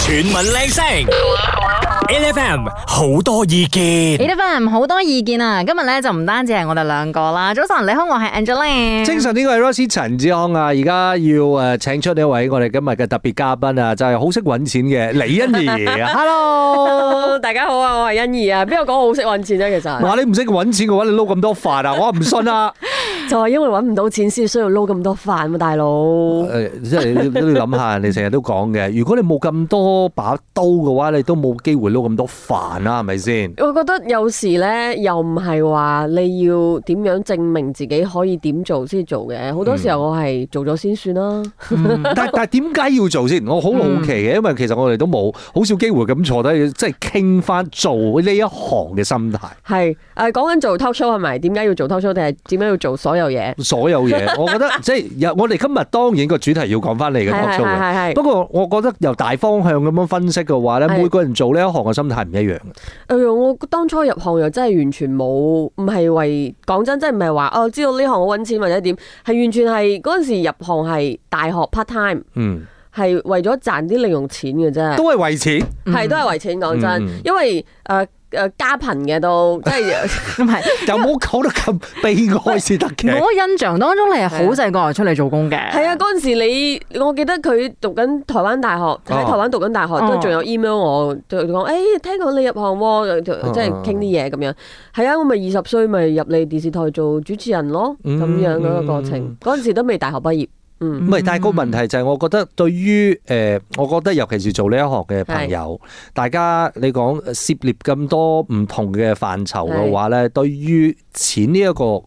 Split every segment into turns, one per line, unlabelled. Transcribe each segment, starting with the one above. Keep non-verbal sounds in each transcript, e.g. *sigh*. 全民靚聲，LFM 好多意見。
e d i n 好多意見啊！今日咧就唔單止係我哋兩個啦。早晨，你好，我係 Angeline。
精神呢個係 Rosie 陳志康啊，而家要誒請出呢一位我哋今日嘅特別嘉賓啊，就係好識揾錢嘅李欣怡。Hello，
大家好啊，我係欣怡啊，邊個講我好識揾錢啫？其實
話你唔識揾錢嘅話，你撈咁多飯啊，我唔信啊！
就係因為揾唔到錢先需要撈咁多飯啊喎，
*laughs*
大佬。
誒，即係你都要諗下，你成日都講嘅，如果你冇咁多把刀嘅話，你都冇機會撈咁多飯啊啦，係咪先？
我覺得有時咧，又唔係話你要點樣證明自己可以點做先做嘅，好多時
嗯
候我係做咗先算啦。
但但點解要做先？我好好奇嘅，因為其實我哋都冇好少機會咁坐低，即係傾翻做呢一行嘅心態。
係誒講緊做 talk show 係咪？點解要做 talk show 定係點解要做所有嘢？
所有
*laughs*
嘢，我覺得即係有我哋今日當然個主題要講翻你嘅 talk show 啊嘅。
係
不過我覺得由大方向咁樣分析嘅話咧，
係
每個人做呢一行嘅心態唔一樣。
誒，哎我當初入行又真係完全冇，唔係為講真，真係唔係話哦，知道呢行好揾錢或者點，係完全係嗰陣時入行係大學 part time，
嗯，
係為咗賺啲零用錢嘅啫，
都係為
*laughs*
錢。
係都係為錢講真，
嗯
因為誒。呃誒家貧
*laughs*
嘅都，即係
唔係，
又冇講得咁悲哀先得
*laughs* 嗯
嘅。
我印象當中你係好細個就出嚟做工嘅。
係啊！嗰陣時你，我記得佢讀緊台灣大學，
啊
喺台灣讀緊大學，
哦
都仲有 email 我，就講誒聽講你入行喎，就
啊
即係傾啲嘢咁樣。係啊，我咪二十歲咪入你電視台做主持人咯，
嗯
咁樣嗰個過程。嗰陣時都未大學畢業，嗯。
唔係，但係個問題就係，我覺得對於誒、呃我覺得尤其是做呢一行嘅朋友，大家你講涉獵咁多唔同嘅範疇嘅話咧，對於錢呢一個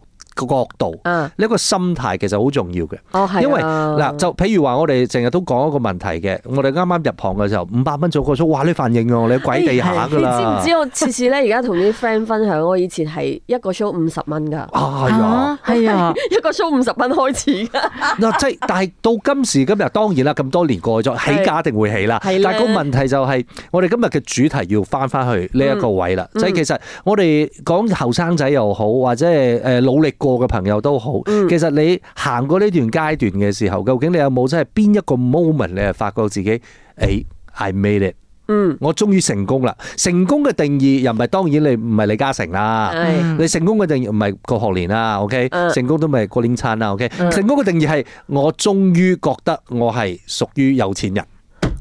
角度，呢、
啊，
一個心態其實好重要嘅。
哦係啊，
因為嗱，就譬如話，我哋成日都講一個問題嘅，我哋啱啱入行嘅時候，五百蚊做個 show，哇！你反應啊，你鬼地下噶啦
*laughs* 你知唔知我啊次次咧而家同啲 friend 分享，我以前係一個 show 五十蚊㗎，
哎呀，
啊，係啊，
*laughs* 一個 show 五十蚊開始㗎。
嗱，即係，但係到今時今日，當然啦，咁多年過咗，起價一定會起啦。但
係啦
係個問題就係，我哋今日嘅主題要翻翻去呢一個位啦。
嗯
即係其實我哋講後生仔又好，或者係誒努力過嘅朋友都好，
嗯
其實你行過呢段階段嘅時候，究竟你有冇真係邊一個 moment 你係發覺自己，誒，I made it。
嗯，
我終於成功啦！成功嘅定義又唔係當然你唔係李嘉誠啦，
係
你成功嘅定義唔係個學年啦，OK？
嗯
成功都唔係個年餐啦，OK？
嗯
成功嘅定義係我終於覺得我係屬於有錢人，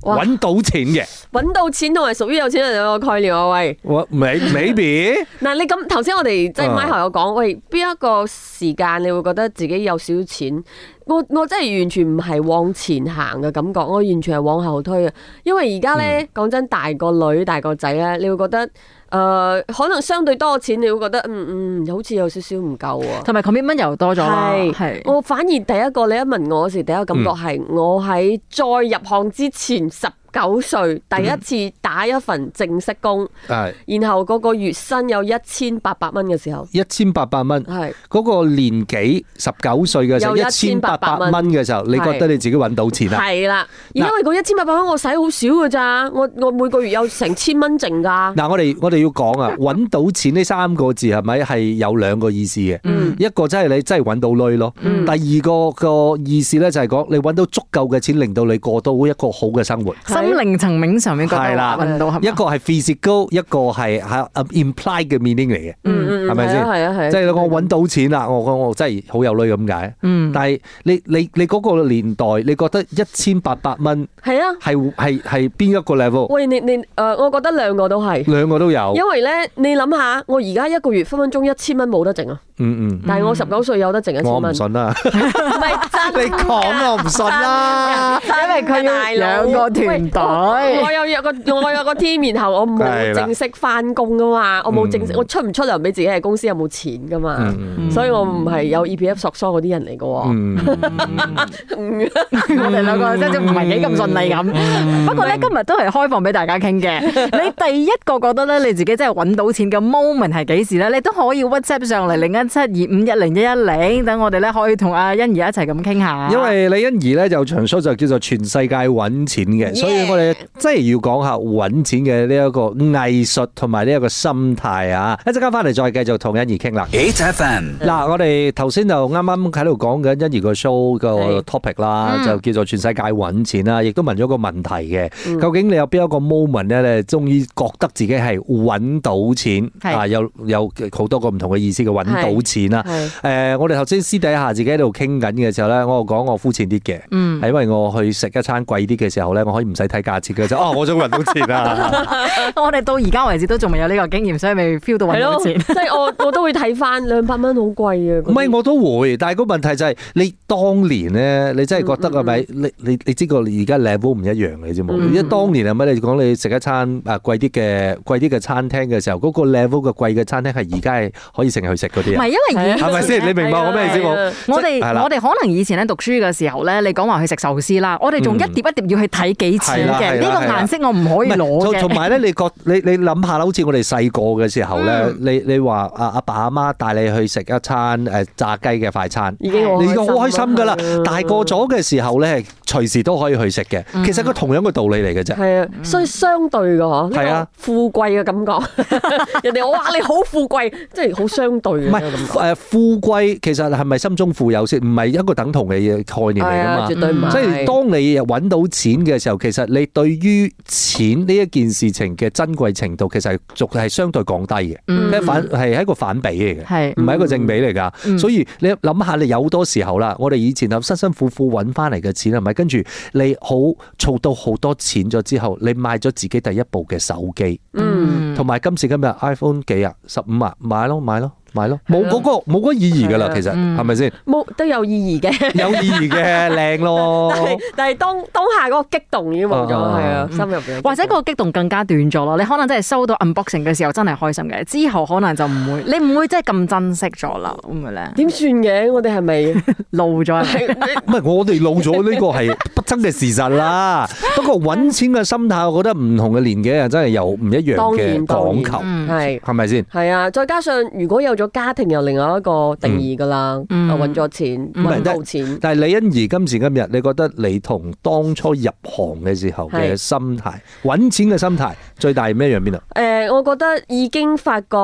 哇
揾到錢嘅，
揾到錢同埋屬於有錢人有個概念啊喂。
我 may- maybe
嗱，你咁頭先我哋即係
啊
Michael 有講，喂，邊一個時間你會覺得自己有少少錢？我我真係完全唔係往前行嘅感覺，我完全係往後推嘅。因為而家咧講真，大個女大個仔咧，你會覺得誒、呃可能相對多錢，你會覺得嗯嗯，好似有少少唔夠喎。
同埋 commitment 又多咗啦，
係
係。
我反而第一個你一問我嗰時，第一個感
嗯
覺係我喺再入行之前十九歲第一次打一份正式工，
係
然後嗰個月薪有一千八百蚊嘅時候，
一千八百蚊。
係
嗰個年紀十九歲嘅時候，
有
一千八百蚊嘅時候，你覺得你自己揾到錢啦？
係啦，而因
嗱
為嗰一千八百蚊我使好少㗎咋，我我每個月有成千蚊剩㗎。
嗱，我哋我哋要講啊，揾到錢呢三個字係咪係有兩個意思嘅？
嗯
一個真係你真係揾到女咯，
嗯
第二個個意思咧就係講你揾到足夠嘅錢，令到你過到一個好嘅生活。
心靈層面上面覺得
係啦
運動係
一
嘛
個係 physical，一個係係 imply 嘅 meaning 嚟嘅，
嗯
係咪先
係啊係啊，
即係我揾到錢啦，我我我真係好有女咁解。
嗯，
但係你你你嗰個年代，你覺得一千八百蚊
係啊。
係係係邊一個 level？
喂，你你誒、呃我覺得兩個都係，
兩個都有，
因為咧，你諗下，我而家一個月分分鐘一千蚊冇得剩啊，
嗯
但係我十九歲有得剩一
嗯，
千
我唔
蚊，
信
*laughs*
啦，
唔係
你
真
講啊我唔信啊
*laughs*
啦。
因為佢要兩個團隊
喂我有有個我有個 team，然後
*laughs*
我
係
冇
啦
正式翻工噶嘛，我冇正式，
嗯
我出唔出糧俾自己係公司有冇錢噶嘛，
嗯
所以我唔係有 EPF 索疏嗰啲人嚟噶喎。
嗯，
*laughs*
*laughs*
我哋兩個真係唔係幾咁順利咁。不過咧，今日都係開放俾大家傾嘅。你第一個覺得咧，你自己真係揾到錢嘅 moment 係幾時咧？你都可以 WhatsApp 上嚟零一七二五一零一一零，等我哋咧可以同阿欣怡一齊咁傾下。
因為李欣怡咧就場 show 就叫做全世界揾錢嘅，所以我哋真係要講下揾錢嘅呢一個藝術同埋呢一個心態啊！一陣間翻嚟再繼續同欣怡傾啦。
，H F M，
嗱，我哋頭先就啱啱喺度講緊欣怡個 show 個 topic 啦，就叫做全世界揾錢啦，亦都問咗個問題嘅，究竟你有邊一個 moment 咧，你終於覺得自己係揾到錢
係
啊？有有好多個唔同嘅意思嘅揾到錢啦。
係
誒、呃我哋頭先私底下自己喺度傾緊嘅時候咧，我講我膚淺啲嘅，係、
嗯
因為我去食一餐貴啲嘅時候咧，我可以唔使睇價錢嘅就哦，我想揾到錢啊！
我哋到而家為止都仲未有呢個經驗，所以未 feel 到
係
揾到
咯，
錢
即。係我我都會睇翻兩百蚊好貴啊！
唔係我都會，但係個問題就係、你當年咧，你真係覺得係咪？你你你知個而家 level 唔一樣嘅啫嘛。
嗯
因為當年係咪你講你食一餐啊貴啲嘅貴啲嘅餐廳嘅時候，嗰、個 level 嘅貴嘅餐廳係而家係可以成日去食嗰
唔
啲啊
係，？因為以
係咪先？你明白我咩意思
係啊係
冇
啊？
我
即係啦
哋我哋可能以前咧讀書嘅時候咧，你講話去食壽司啦，我哋仲一碟一碟要去睇幾錢
係啦係
嘅，呢
啦
個顏色我唔可以
唔
攞
係
嘅。
同同埋咧，你覺你你諗下啦，好似我哋細個嘅時候咧，你你話啊阿爸阿媽帶你去食一餐誒炸雞嘅快餐。
已經
你已經好開心㗎啦
係啊！
大個咗嘅時候咧，隨時都可以去食嘅。其實佢同樣嘅道理嚟嘅啫。
係
嗯
啊，所以相對嘅嗬，
係啊
呢個富貴嘅感覺， *laughs* 人哋哇你好富貴，即係好相對嘅
唔
呢
係
個感覺。
誒富貴，其實係咪心中富有先？唔係一個等同嘅嘢概念嚟㗎啊
啊
嘛。嗯
絕對唔係。
即係當你揾到錢嘅時候，其實你對於錢呢一件事情嘅珍貴程度，其實係逐係相對降低嘅，
嗯
即係反係一個反比嚟嘅。
係
唔係一個正比嚟㗎，
嗯
所以你諗下，你有好多時候啦，我哋以前啊辛辛苦苦揾翻嚟嘅錢係咪？跟住你好儲到好多錢咗之後，你買咗自己第一部嘅手機，
嗯
同埋今時今日 iPhone 幾啊，十五啊，買咯買咯買咯，冇嗰個冇嗰個意義㗎啦
係啊，
其實
嗯
係咪先？
冇都有意義嘅。
有意義嘅靚咯
但， *laughs* 係但係當當下嗰個激動已經冇咗，
哦啊
係啊，心入邊
嗯或者個激動更加短咗咯，你可能真係收到 unboxing 嘅時候真係開心嘅，之後可能就唔
*laughs*
會，你唔會真係咁珍惜咗啦，會唔會咧？
點算嘅？我哋係咪？
老
*laughs*
咗係咪
唔係我哋老咗呢個係不爭嘅事實
*laughs*
啦。不過揾錢嘅心態，我覺得唔同嘅年紀啊，真係有唔一樣
當
嘅
然
講求，
嗯
係
係咪先？
係啊，再加上如果有咗家庭，又另外一個定義㗎啦。
嗯
啊揾咗錢，
嗯
揾到錢，
但係李欣怡今時今日，你覺得你同當初入行嘅時候嘅
係
心態，揾錢嘅心態最大係咩樣邊啊度？
誒，我覺得已經發覺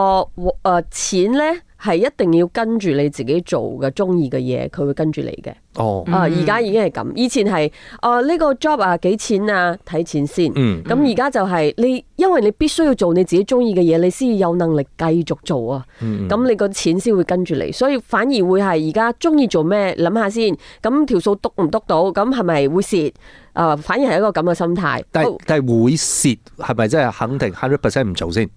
誒錢咧係一定要跟住你自己做嘅中意嘅嘢，佢會跟住你嘅。
哦，
啊，
嗯
而家已經係咁，以前係啊呢個 job 啊幾錢啊，睇錢先。
嗯，
咁而家就係你，因為你必須要做你自己中意嘅嘢，你先有能力繼續做啊。
嗯
咁你個錢先會跟住你，所以反而會係而家中意做咩諗下先，咁條數督唔督到，咁係咪會蝕？啊、反而係一個咁嘅心態。
但
哦
係但係會蝕係咪真係肯定 hundred percent 唔做先？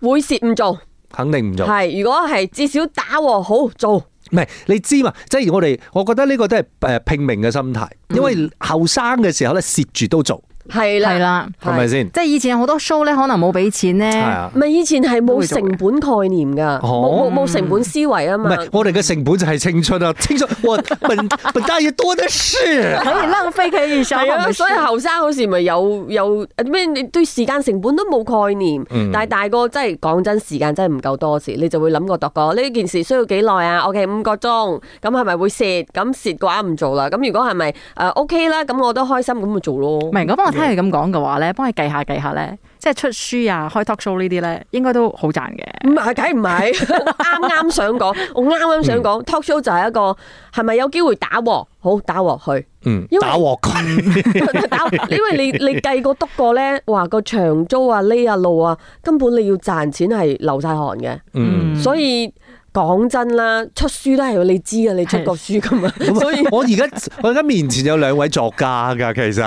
會蝕唔做，
肯定唔做，
係如果係至少打和好做，
唔係你知嘛？即係我哋，我覺得呢個都係誒拼命嘅心態，
嗯
因為後生嘅時候咧蝕住都做，
係啦，
係啦，
係
係咪先？
即係以前有好多 show 咧，可能冇俾錢
係
咧，
啊。
咪以前係
都
冇
會做
成
嘅
本概念㗎，
哦
冇冇冇成本思維啊
唔
嘛。
係，我哋嘅成本就係青春啊！青春，我本本大爺多的是。
可以浪費佢以上
係啊，所以後生嗰時咪有有咩？你對時間成本都冇概念，
嗯
但係大個真係講真，時間真係唔夠多時，你就會諗過度過呢件事需要幾耐啊？OK，五個鐘，咁係咪會蝕？咁蝕嘅話唔做啦。咁如果係咪誒 OK 啦？咁我都開心，咁咪做咯
唔。係，如果幫我聽佢咁講嘅話咧，幫佢計下計下咧，即係出書啊、開 talk show 呢啲咧，應該都好賺嘅。
唔係，梗唔係，我啱啱想講，我啱啱想講 talk show 就係一個係咪有機會打鑊？好打鑊去。
嗯
因為
打鑊佢。
打 *laughs* 因為你你計過督過咧，話個長租啊、呢啊、路啊，根本你要賺錢係流晒汗嘅。
嗯。
所以講真啦，出書都係要你知啊，你出過書
*laughs*
噶嘛，所以
啊我而家我而家面前有兩位作家噶，其實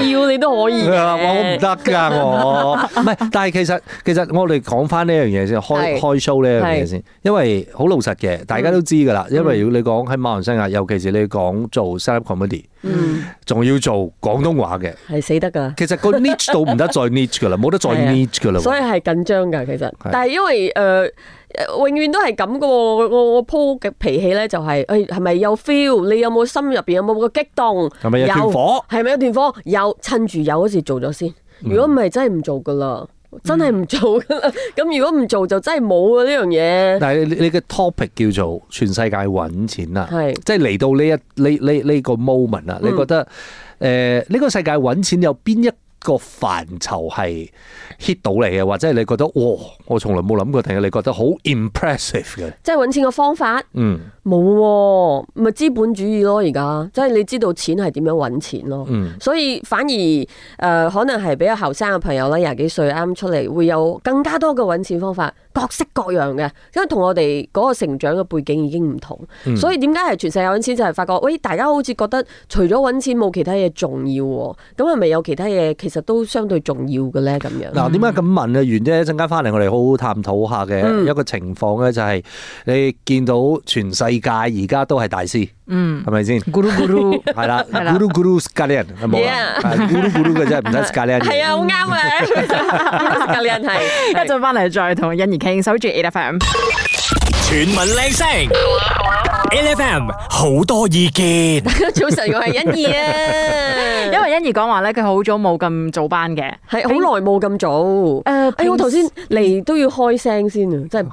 你要你都可以
*laughs* 係啊我唔
嘅。
得噶，我唔係，但係其實其實我哋講翻呢樣嘢先，開
係嗯
開 show 呢樣嘢先，因為好老實嘅，大家都知噶啦。因為如果你講喺馬來西亞，尤其是你講做 stand up comedy，
嗯，
仲要做廣東話嘅，
係死得㗎，
其實
*laughs*
個 niche 到唔得再 niche 噶啦，冇得再
係啊
niche 噶啦。
所以係緊張㗎其實。但係因為誒、呃永遠都係咁嘅喎，我我我鋪嘅脾氣咧就係、誒係咪有 feel？你有冇心入邊有冇個激動？
係咪有團火？
係咪有段火？有，趁住有嗰時做咗先。如果唔係真係唔做㗎啦。真係唔做噶啦。咁如果唔做就真係冇啊呢樣嘢。
但係你你嘅 topic 叫做全世界揾錢啊啦，
係
即係嚟到呢一呢呢呢個 moment 啊啦，你覺得誒呢個世界揾錢有邊一個範疇係 hit 到你嘅，或者係你覺得哇，我從來冇諗過，定係你覺得好 impressive 嘅？
即係揾錢嘅方法
嗯
冇喎，咪資本主義咯而家，即係你知道錢係點樣揾錢咯。
嗯
所以反而誒、呃可能係比較後生嘅朋友啦，廿幾歲啱出嚟，會有更加多嘅揾錢方法，各式各樣嘅，因為同我哋嗰個成長嘅背景已經唔同，所以點解係全世界揾錢就係發覺，喂，大家好似覺得除咗揾錢冇其他嘢重要喎，咁係咪有其他嘢其實都相對重要嘅咧？咁樣
嗱，點解咁問啊？原啫，一陣間翻嚟，我哋好好探討下嘅一個情況咧，就係你見到全世界而家都係大師，
嗯，
係咪先？
咕嚕咕嚕。 *laughs*
係啦
係啦
，guru guru s c a l i n 係冇啦，係 guru guru 嘅啫，唔使 s c a l i n
*laughs* 係啊，好啱啊！教人
一
係。
陣翻嚟再同欣怡傾，守住 A F M。
全民靚聲，L F M 好多意見。
*laughs* 早晨，我係欣怡啊， *laughs*
因為欣怡講話咧，佢好早冇咁早班嘅。
係好耐冇咁早。
誒
哎，我頭先嚟都要開聲先啊，
*laughs*
真係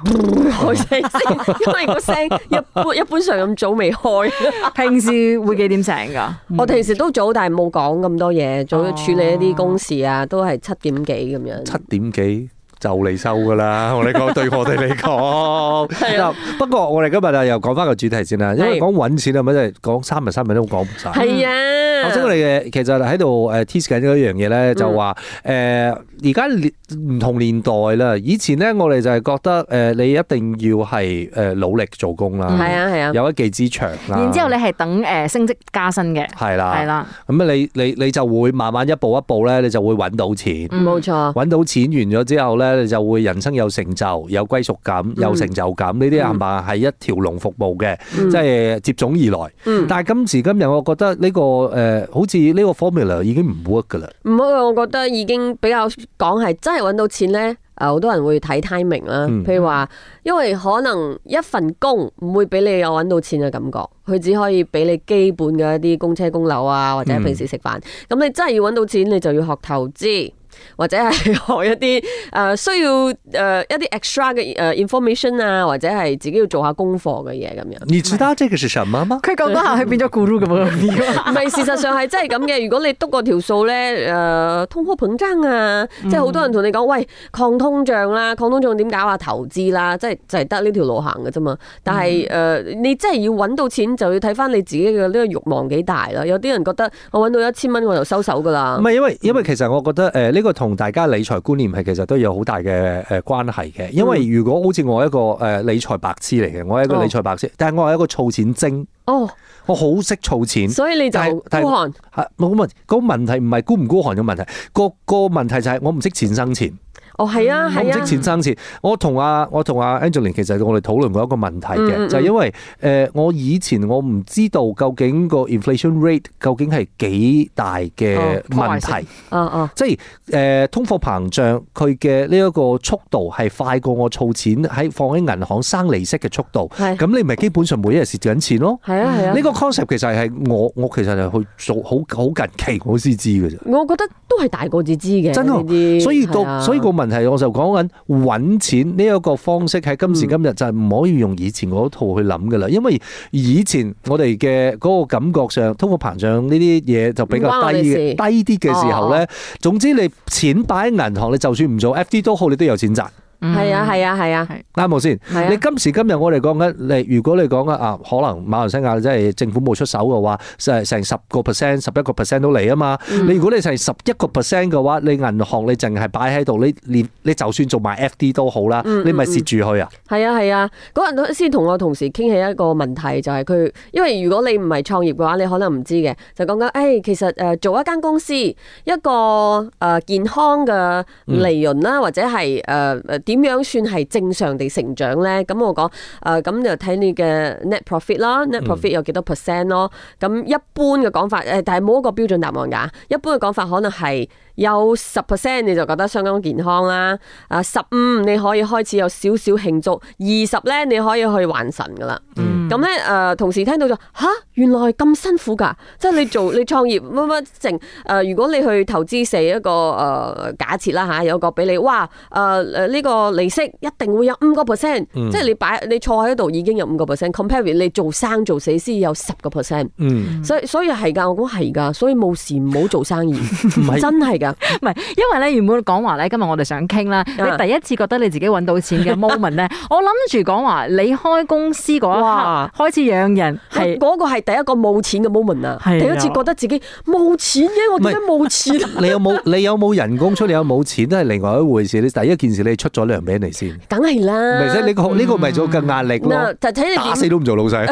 開聲先，因為個聲一
*laughs*
般一般上咁早未開。
平時會幾點醒
*laughs*
㗎？
嗯
我平時都早，但係冇講咁多嘢，早
哦
處理一啲公事啊，都係七點幾咁樣。
七點幾就嚟收噶啦，我哋講對我哋嚟講。嗱，不過我哋今日啊又講翻個主題先啦，因為
係
講揾錢啊，咪即係講三日三日都講唔晒。
係
頭先我
啊，
哋嘅其實喺度誒 tease 緊一樣嘢咧，就話誒而家年唔同年代啦。以前咧，我哋就係覺得誒、呃你一定要係誒努力做工啦，
係啊，係啊，
有一技之長啦。
然之後你係等誒升職加薪嘅，
係啦，
係啦，
咁啊，你你你就會慢慢一步一步咧，你就會揾到錢。
嗯
冇錯，嗯
揾到錢完咗之後咧，你就會人生有成就、有歸屬感、
嗯
有成就感，呢啲係咪係一條龍服務嘅，即係接踵而來。
嗯
但係今時今日，我覺得呢、個誒、呃好似呢個 formula 已經唔 work 噶啦。
唔好啊，我覺得已經比較講係真係揾到錢咧。啊，好多人會睇 timing 啦，
嗯
譬如話，因為可能一份工唔會俾你有揾到錢嘅感覺，佢只可以俾你基本嘅一啲供車供樓啊，或者
嗯
平時食飯。咁、你真係要揾到錢，你就要學投資。或者係學一啲誒、呃需要誒、呃一啲 extra 嘅誒、呃 information 啊，或者係自己要做下功課嘅嘢咁樣。
你知道這個是什麼嗎？
佢講講下佢變咗 guru 咁
*laughs*
樣。
唔係事實上係真係咁嘅。如果你篤個條數咧，誒、通貨膨脹啊，
嗯
即係好多人同你講，喂，抗通脹啦，抗通脹點搞啊？投資啦，即係就係得呢條路行嘅啫嘛。但係誒、
嗯
呃你真係要揾到錢，就要睇翻你自己嘅呢個慾望幾大啦。有啲人覺得我揾到一千蚊我就收手㗎啦
唔。係，因為因為其實我覺得誒呢個同大家理財觀念係其實都有好大嘅誒關係
嗯
嘅。因為如果好似我一個誒理財白痴嚟嘅，我係一個
哦
理財白痴，但係我係一個儲錢精，
哦，
我好識儲錢。
所以你就
但係但係
孤寒
係啊冇問個問題唔係孤唔孤寒嘅問題，個個問題就係我唔識錢生錢，
哦，係啊，
我唔
係
識
啊。
嗯錢生錢。我同阿我同阿 Angeline 其實我哋討論過一個問題嘅，
嗯嗯嗯
就係因為誒、呃我以前我唔知道究竟個 inflation rate 究竟係幾大嘅
哦破壞
問
性
題。
啊啊，
即係誒、呃通貨膨脹佢嘅呢一個速度係快過我儲錢喺放喺銀行生利息嘅速度，
係
咁你咪基本上每一日蝕緊錢咯。
係啊係啊
嗯呢、。個 concept 其實係我我其實係去做好好近期我先知嘅啫。
我覺得都係大個至知嘅，
真
呢
係，
啲
所以
係
到
啊
所以個問題我就講緊揾錢呢一個方式喺今時今
嗯
日就係唔可以用以前嗰套去諗噶啦，因為以前我哋嘅嗰個感覺上，通貨膨脹呢啲嘢就比較
唔關我
低
哋事哦
嘅低啲嘅時候咧，總之你錢擺喺銀行，你就算唔做 FD 都好，你都有錢賺。
嗯
係啊係啊係啊，
啱冇先
係啊？
你今時今日我哋講緊，你如果你講緊啊，可能馬來西亞即係政府冇出手嘅話，成成十個 percent、十一個 percent 都嚟啊嘛。你如果你成十一個 percent 嘅話，你銀行你淨係擺喺度，你連你就算做埋 FD 都好啦，你咪蝕住佢啊。
係啊係啊，嗰日先同我同事傾起一個問題，就係佢，因為如果你唔係創業嘅話，你可能唔知嘅，就講緊，誒、其實誒、呃做一間公司一個誒、呃健康嘅利潤啦，或者係誒誒點點樣算係正常地成長咧？咁我講誒咁就睇你嘅 net profit 啦，net profit 有幾多 percent 咯？咁一般嘅講法呃誒，但係冇一個標準答案㗎。一般嘅講法可能係有十 percent 你就覺得相當健康啦，啊十五你可以開始有少少慶祝，二十咧你可以去還神㗎啦。
嗯
嗯
咁咧誒，同事聽到就吓，原來咁辛苦㗎，即係你做你 *laughs* 創業乜乜成誒、呃如果你去投資四一個誒、呃假設啦嚇，有個俾你，哇誒誒呢個利息一定會有五個 percent，即
嗯
係你擺你坐喺度已經有五個 percent，compare with 你做生做死先有十個 percent，
嗯，
所以所以係㗎，我講係㗎，所以冇事唔好
*laughs*
做生意，
係
真係㗎。
唔係，因為咧原本講話咧，今日我哋想傾啦。
啊
你第一次覺得你自己揾到錢 *laughs* 嘅 moment 咧，我諗住講話你開公司嗰一
哇
刻開始養人
嗰
係。
嗰個係第一個冇錢嘅 moment 啊！
係啊
第一次覺得自己冇錢嘅，我點解冇錢啊？
你有冇你有冇人工出？你有冇錢都係另外一回事。你第一件事你出咗糧俾人哋先，唔
梗係啦，
係即係呢個呢個咪做更壓力咯
嗱，。就睇你
打
點
死都唔做
*laughs*
老細，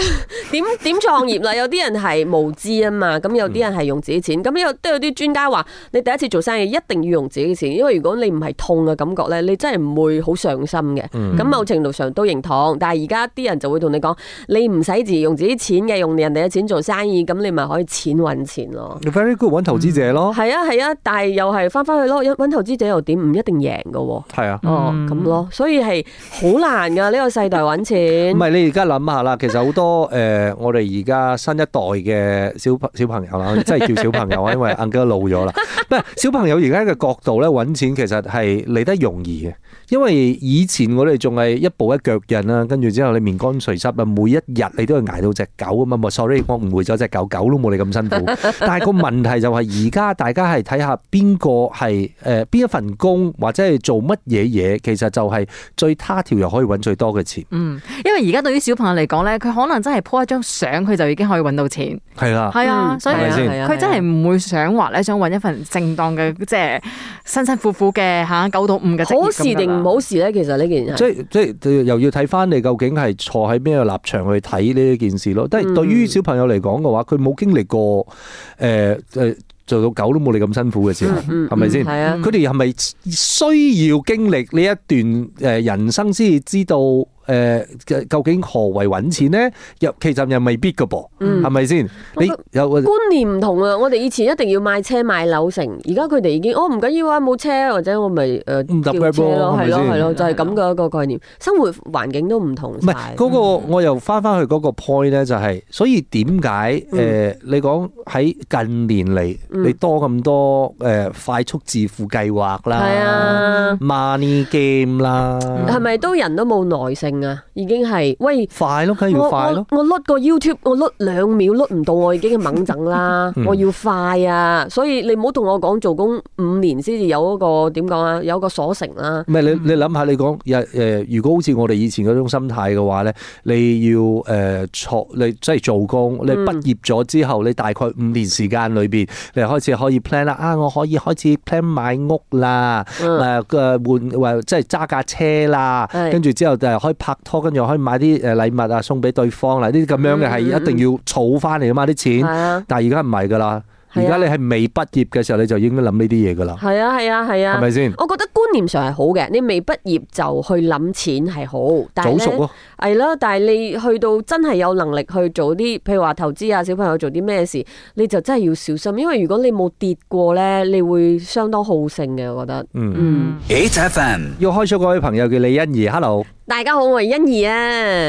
點點創業啦？有啲人係無知啊嘛，咁有啲人係用自己錢，咁有都有啲專家話，你第一次做生意一定要用自己錢，因為如果你唔係痛嘅感覺咧，你真係唔會好上心嘅。
嗯
咁某程度上都認同，但係而家啲人就會同你講，你唔使自己用自己錢嘅，用人哋嘅錢做生意，咁你咪可以錢揾錢咯。
very good 揾投資者咯，
係啊係啊，但係又係翻翻去咯，揾投資者又點唔一定贏嘅喎。
係啊。
哦，咁咯，所以係好難噶呢個世代揾錢
唔。係你而家諗下啦，其實好多誒、呃我哋而家新一代嘅小朋小朋友啦， *laughs* 即係叫小朋友啊，因為 uncle 老咗啦。唔係小朋友而家嘅角度咧，揾錢其實係嚟得容易嘅，因為以前我哋仲係一步一腳印啦，跟住之後你面乾水濕啊，每一日你都要捱到只狗咁啊嘛。sorry，我誤會咗只狗，狗都冇你咁辛苦。但係個問題就係而家大家係睇下邊個係誒邊一份工或者係做乜嘢嘢，其實就係最他條又可以揾最多嘅錢。
嗯，因為而家對於小朋友嚟講咧，佢可能真係 po 一張相，佢就已經可以揾到錢。
係啦。
係啊，
嗯
所以
係咪先
佢真係唔會想話咧，想揾一份正當嘅，即係辛辛苦苦嘅吓九到五嘅職業咁樣啦
好事定唔好事咧？其實呢件係
即係即係又要睇翻你究竟係坐喺咩立場去睇呢一件事咯。
嗯
但係對於小朋友嚟講嘅話，佢冇經歷過誒誒、呃做到狗都冇你咁辛苦嘅時候，係咪先？
係啊。
佢哋係咪需要經歷呢一段誒呃人生先至知道誒、呃究竟何為揾錢呢？又其實又未必嘅噃，係咪先？
嗯我
你
覺得
有
觀念唔同啊！我哋以前一定要買車買樓成，而家佢哋已經哦唔緊要啊，冇車或者我咪誒、呃、
唔搭
叫車
Grab 咯係
咯，係
咪
咯
先
係咯，就係咁嘅一個概念。生活環境都唔同
唔係
晒
嗰個，我又翻翻去嗰個 point 咧，就係所以點解
嗯
誒？你講喺近年嚟，你多咁多誒快速致富計劃
係
啦
啊，嗯
，money game 啦，
係咪都人都冇耐性啊？已經係喂。
快咯，梗係
我
要快咯
我。我碌個 YouTube，我碌兩秒碌唔到，我已經係猛整啦
*laughs* 嗯。
我要快啊！所以你唔好同我講做工五年先至有嗰、個點講啊，有個所成啦。
唔係你你諗下，你講誒誒，如果好似我哋以前嗰種心態嘅話咧，你要誒坐你即係做工，你
嗯
畢業咗之後，你大概五年時間裏邊，你開始可以 plan 啦，啊，我可以開始 plan 買屋啦，誒嘅換或即係揸架車啦，
係
跟住之後就係可以拍拖，跟住可以買啲誒禮物啊送俾對方啦，呢啲咁樣嘅係一定要儲翻嚟啊嘛啲
係
錢，
啊，
但係而家唔係噶啦，而家你係未畢業嘅時候你就應該諗呢啲嘢噶啦，
係啊，係啊，係啊。
係咪先？
我覺得觀念上係好嘅，你未畢業就去諗錢係好，但
早
係
熟
咧
咯。
係啦，但係你去到真係有能力去做啲，譬如話投資啊，小朋友做啲咩事，你就真係要小心，因為如果你冇跌過咧，你會相當好勝嘅，我覺得。
嗯
嗯，
HFM，
要開出嗰位朋友叫李欣怡，hello，
大家好，我係欣怡啊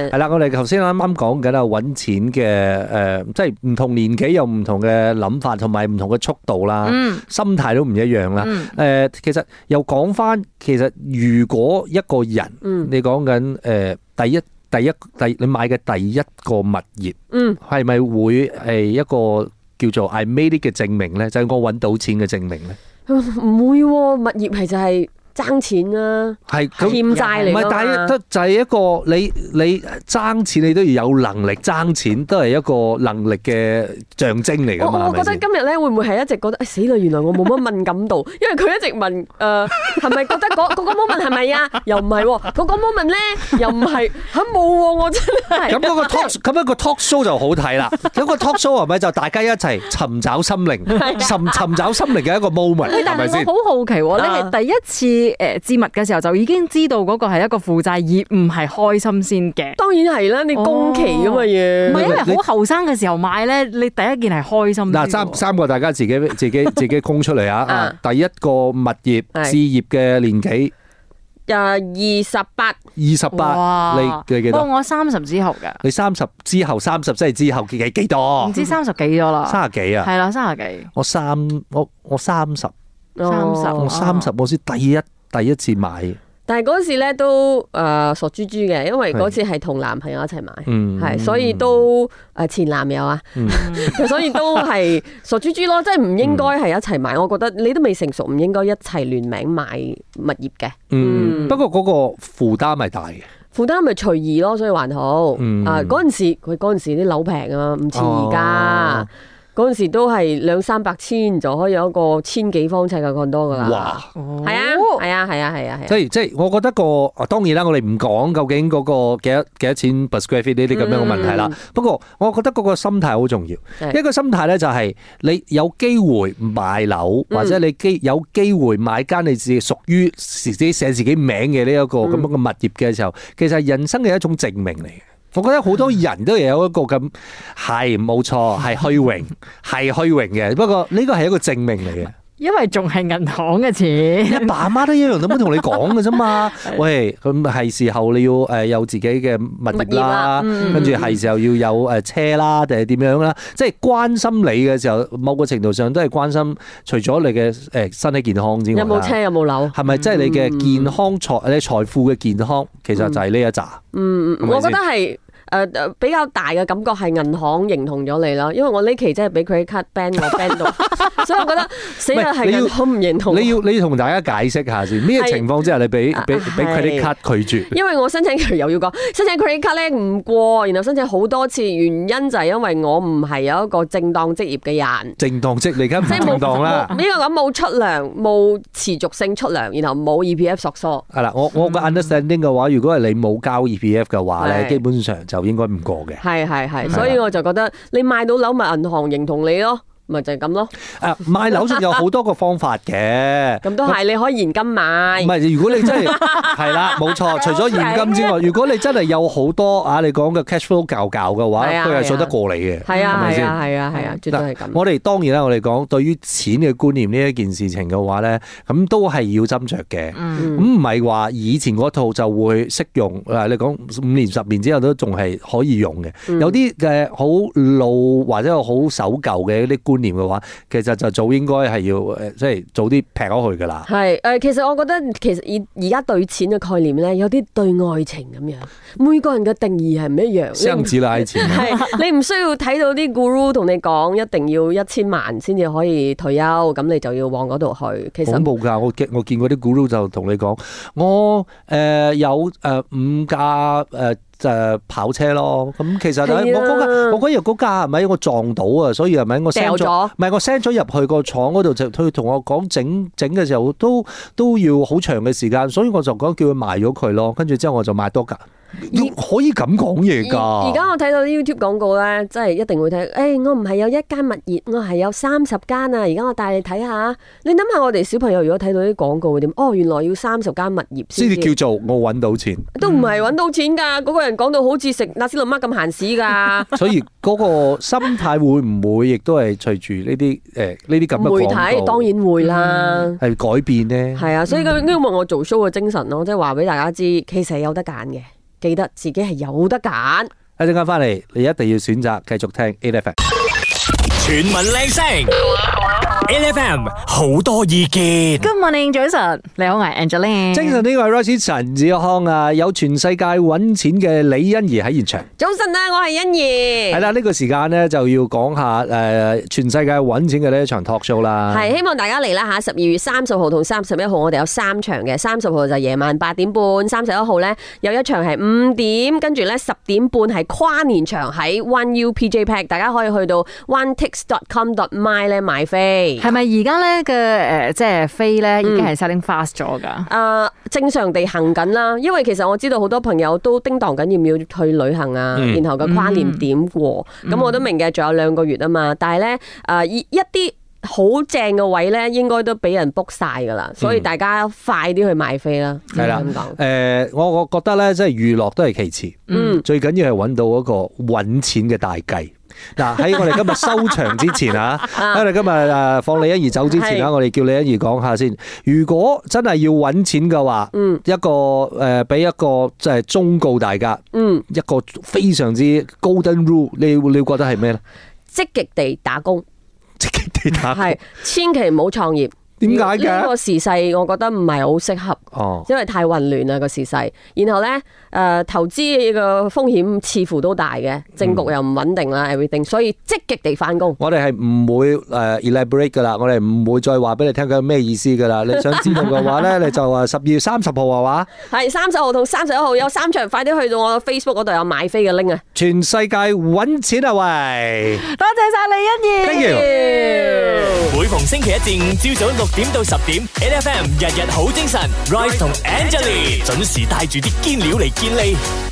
係。啦，我哋頭先啱啱講緊啊，揾錢嘅誒、呃即係唔同年紀有唔同嘅諗法，同埋唔同嘅速度啦，
嗯
心態都唔一樣啦。誒、呃
嗯
其實又講翻，其實如果一個人，
嗯
你講緊誒第一第一第你買嘅第一個物業，
嗯，
係咪會係一個叫做 I made it 嘅證明咧？就係、我揾到錢嘅證明咧？
唔會喎，物業係就係爭錢啦，
係
欠
咁。
債嚟
唔係，但係
㗎嘛。
得就係一個你你爭錢，你都要有能力爭錢，都係一個能力嘅象徵嚟
我
㗎嘛，
我
係咪
覺得
先？
今日咧會唔會係一直覺得，哎死啦！原來我冇乜敏感度，因為佢一直問，誒 *laughs* 係咪覺得嗰嗰個 moment 係咪啊？又唔係喎，嗰個 moment 咧又唔係，嚇冇喎，我真係
咁嗰個 talk 咁一個 talk show 就好睇啦。咁個 talk show 係咪就大家一齊尋找心靈，尋尋找心靈嘅一個 moment
喂但
係咪
係
先？啊
我好好奇喎，你係第一次啲誒資物嘅時候，就已經知道嗰個係一個負債，而唔係開心先嘅。
當然係啦，你工期咁
哦
唔係
嘅嘢，
因為
你
好後生嘅時候買咧，你第一件係開心先
嗱，
喎。
三三個大家自己自
*laughs*
己自己供出嚟啊！啊
啊
第一個物業
係
置業嘅年紀
誒二十八，
二十八，你
哇
你幾
不
多？
過我三十之後㗎，
你三十之後，三十即係之後幾幾多
唔？知三十幾咗啦。
哦三十幾啊？
係啦，三十幾。
我三我我三十，
30
我
哦
三十我先第一第一次買，
但係嗰時咧都誒傻豬豬嘅，因為嗰次係同男朋友一齊買。
嗯，
係，所以都誒前男友啊， *laughs* 所以都係傻豬豬咯，即係唔應該係一齊買。我覺得你都未成熟，唔應該一齊聯名買物業嘅，
嗯，不過嗰個負擔係大嘅，
負擔咪隨意咯，所以還好。
嗯
啊，嗰陣時佢嗰陣時啲樓平啊，唔似而
哦
家。嗰陣時都係兩三百千就可以有一個千幾方尺嘅 condo 噶啦。
哇！
哦
係啊，係啊，係啊，係啊，
即
係啊。
係即係，我覺得個啊當然啦，我哋唔講究竟嗰個幾多幾多錢 per square feet 呢啲咁樣嘅問題啦。不過我覺得嗰個心態好重要。
係
一個心態咧就係你有機會買樓，或者你機有機會買間你自己屬於自己寫自己名嘅呢一個咁樣嘅物業嘅時候，其實係人生嘅一種證明嚟嘅。我覺得好多人都有一個咁係冇錯，係虛榮，係虛榮嘅。不過呢個係一個證明嚟嘅。
因為仲係銀行嘅錢。
你阿爸阿媽都一樣咁樣同你講嘅啫
*laughs*
嘛。喂，咁係時候你要誒有自己嘅物
物
業
業
啦
啦，嗯
跟住係時候要有誒車啦，定係點樣啦？即係關心你嘅時候，某個程度上都係關心除咗你嘅誒身體健康之外
有
啦，
冇車？有嗯冇樓？
係咪即係你嘅健康財你財富嘅健康，其實就係呢一紮。
嗯，
係咪
我覺得係誒、呃比較大嘅感覺係銀行認同咗你啦，因為我呢期真係俾 credit card ban 我
*laughs*
ban 到，所以我覺得死啦
唔係
係
你要
銀行唔認同我。
你要你要同大家解釋下先，咩
係
情況之下你俾俾
啊
俾
係
credit card 拒絕？
因為我申請 *laughs* 佢又要講申請 credit card 咧唔過，然後申請好多次，原因就係因為我唔係有一個正當職業嘅人。
正當職，你而家唔
即係
正
冇
當啦。
呢個咁冇出糧，冇持續性出糧，然後冇 EPF 索疏，
係啊啦，我我嘅 understanding 嘅話，如果係你冇交 EPF 嘅話咧，
嗯係
基本上就應該唔過嘅。
係係
啊
係，所以我就覺得你買到樓咪銀行認同你咯，咪就係咁咯。 *laughs*
啊，買樓仲有好多個方法嘅。
咁都係你可以現金買
唔。係，如果你
*laughs*
真係係啦，冇
啊
錯。除咗現金之外，如果你真係有好多啊，你講嘅 cash flow 教教嘅話，
係啊
佢嗯係
係啊
信得過你嘅。
係啊
咪
係
先嗯
啊係啊係啊，絕對係
嗱
咁。
我哋當然啦，我哋講對於錢嘅觀念呢一件事情嘅話咧，咁都係要斟酌嘅。咁
嗯
唔係話以前嗰套就會適用，嗱你講五年十年之後都仲係可以用嘅。
嗯
有啲嘅好老或者好守舊嘅一啲觀念嘅話，其實就早應該係要誒，即係早啲劈咗佢噶啦。
係誒、呃其實我覺得其實而而家對錢嘅概念咧，有啲對愛情咁樣，每個人嘅定義係唔一樣。
相子啦，以
*laughs*
前
係你唔需要睇到啲 guru 同你講一定要一千萬先至可以退休，咁你就要往嗰度去。其
恐
實
怖㗎，我見我見嗰啲 guru 就同你講，我誒、呃有誒、呃五架誒。呃就跑車咯，咁其實
係啊
我嗰架我嗰日嗰架係咪我撞到啊？所以係咪我 send
掉
咗
咗？
唔係我 send 咗入去個廠嗰度，就佢同我講整整嘅時候都都要好長嘅時間，所以我就講叫佢賣咗佢咯。跟住之後我就買多架，可以咁講嘢㗎。
而而家我睇到啲 YouTube 廣告咧，真係一定會睇。誒、我唔係有一間物業，我係有三十間啊！而家我帶你睇下，你諗下我哋小朋友如果睇到啲廣告會點？哦，原來要三十間物業
先至叫做我揾到錢。。
都唔係揾到錢㗎，嗰、個人講到好似食納斯林媽咁閒屎㗎
所以嗰個心態會唔會亦都係隨住呢啲誒呢 *laughs* 啲咁嘅
媒
廣
體
告
當然會啦，
係改變咧？
係啊，所以咁呢個咪我做 show 嘅精神咯，即係話俾大家知，其實有得揀嘅，記得自己係有得揀。
一陣間翻嚟，你一定要選擇繼續聽 A F M。
chuyển mình lên sóng, LFM, nhiều ý kiến.
Good morning，早晨，你好，我係 Angeline。
精神呢位 Royce 陳志康啊，有全世界揾錢嘅李欣怡喺現場。
早晨啊，我係欣怡，
係啦，呢個時間咧就要講下誒全世界揾錢嘅呢一場 talk show 啦。
係希望大家嚟啦吓，十二月三十號同三十一號我哋有三場嘅，三十號就夜晚八點半，三十一號呢有一場係五點，跟住呢十點半係跨年場喺 One U P J Pack，大家可以去到 one tix dot com dot my 咧買飛。
係咪而家咧嘅誒，即係飛咧已經
嗯
係 setting fast 咗㗎？
誒、啊正常地行緊啦，因為其實我知道好多朋友都叮當緊要唔要去旅行啊，
嗯
然後個跨年點過，咁、我都明嘅，仲有兩個月啊嘛，但係咧誒一啲。好正嘅位咧，應該都俾人 book 晒噶啦，所以大家快啲去買飛啦。
嗯係啦
嗯咁講，
诶、我我覺得咧，即係娛樂都係其次，
嗯
最緊要係揾到嗰個揾錢嘅大計。嗱喺我哋今日收場之前
*laughs*
啊，喺我哋今日诶放李欣怡走之前啊，
係
我哋叫李欣怡講下先。如果真係要揾錢嘅話，
嗯
一個诶俾、一個即係忠告大家，
嗯，
一個非常之 golden rule，你會你會覺得係咩咧？
積極地打工
積極地打工
係，千祈唔好創業。
啊點解
呢
嘅？
個時勢我覺得唔係好適合。
哦，
因為太混亂啦個時勢，然後呢，誒、投資嘅風險似乎都大嘅，政局又唔穩定啦，everything，所以積極地返工。
我哋係唔會誒 elaborate 噶啦，我哋唔會再話俾你聽佢有咩意思噶啦。你想知道嘅話咧，你就話十二月三十號係嘛？
係三十號同三十一號有三場，快啲去到我 Facebook 嗰度有買飛嘅 link 啊！
全世界揾錢啊喂！
多謝晒
Thank
李欣怡
you。
每逢星期一至五朝早六點到十點，N F M 日日好精神，Rise 同 Angelie 準時帶住啲堅料嚟堅利。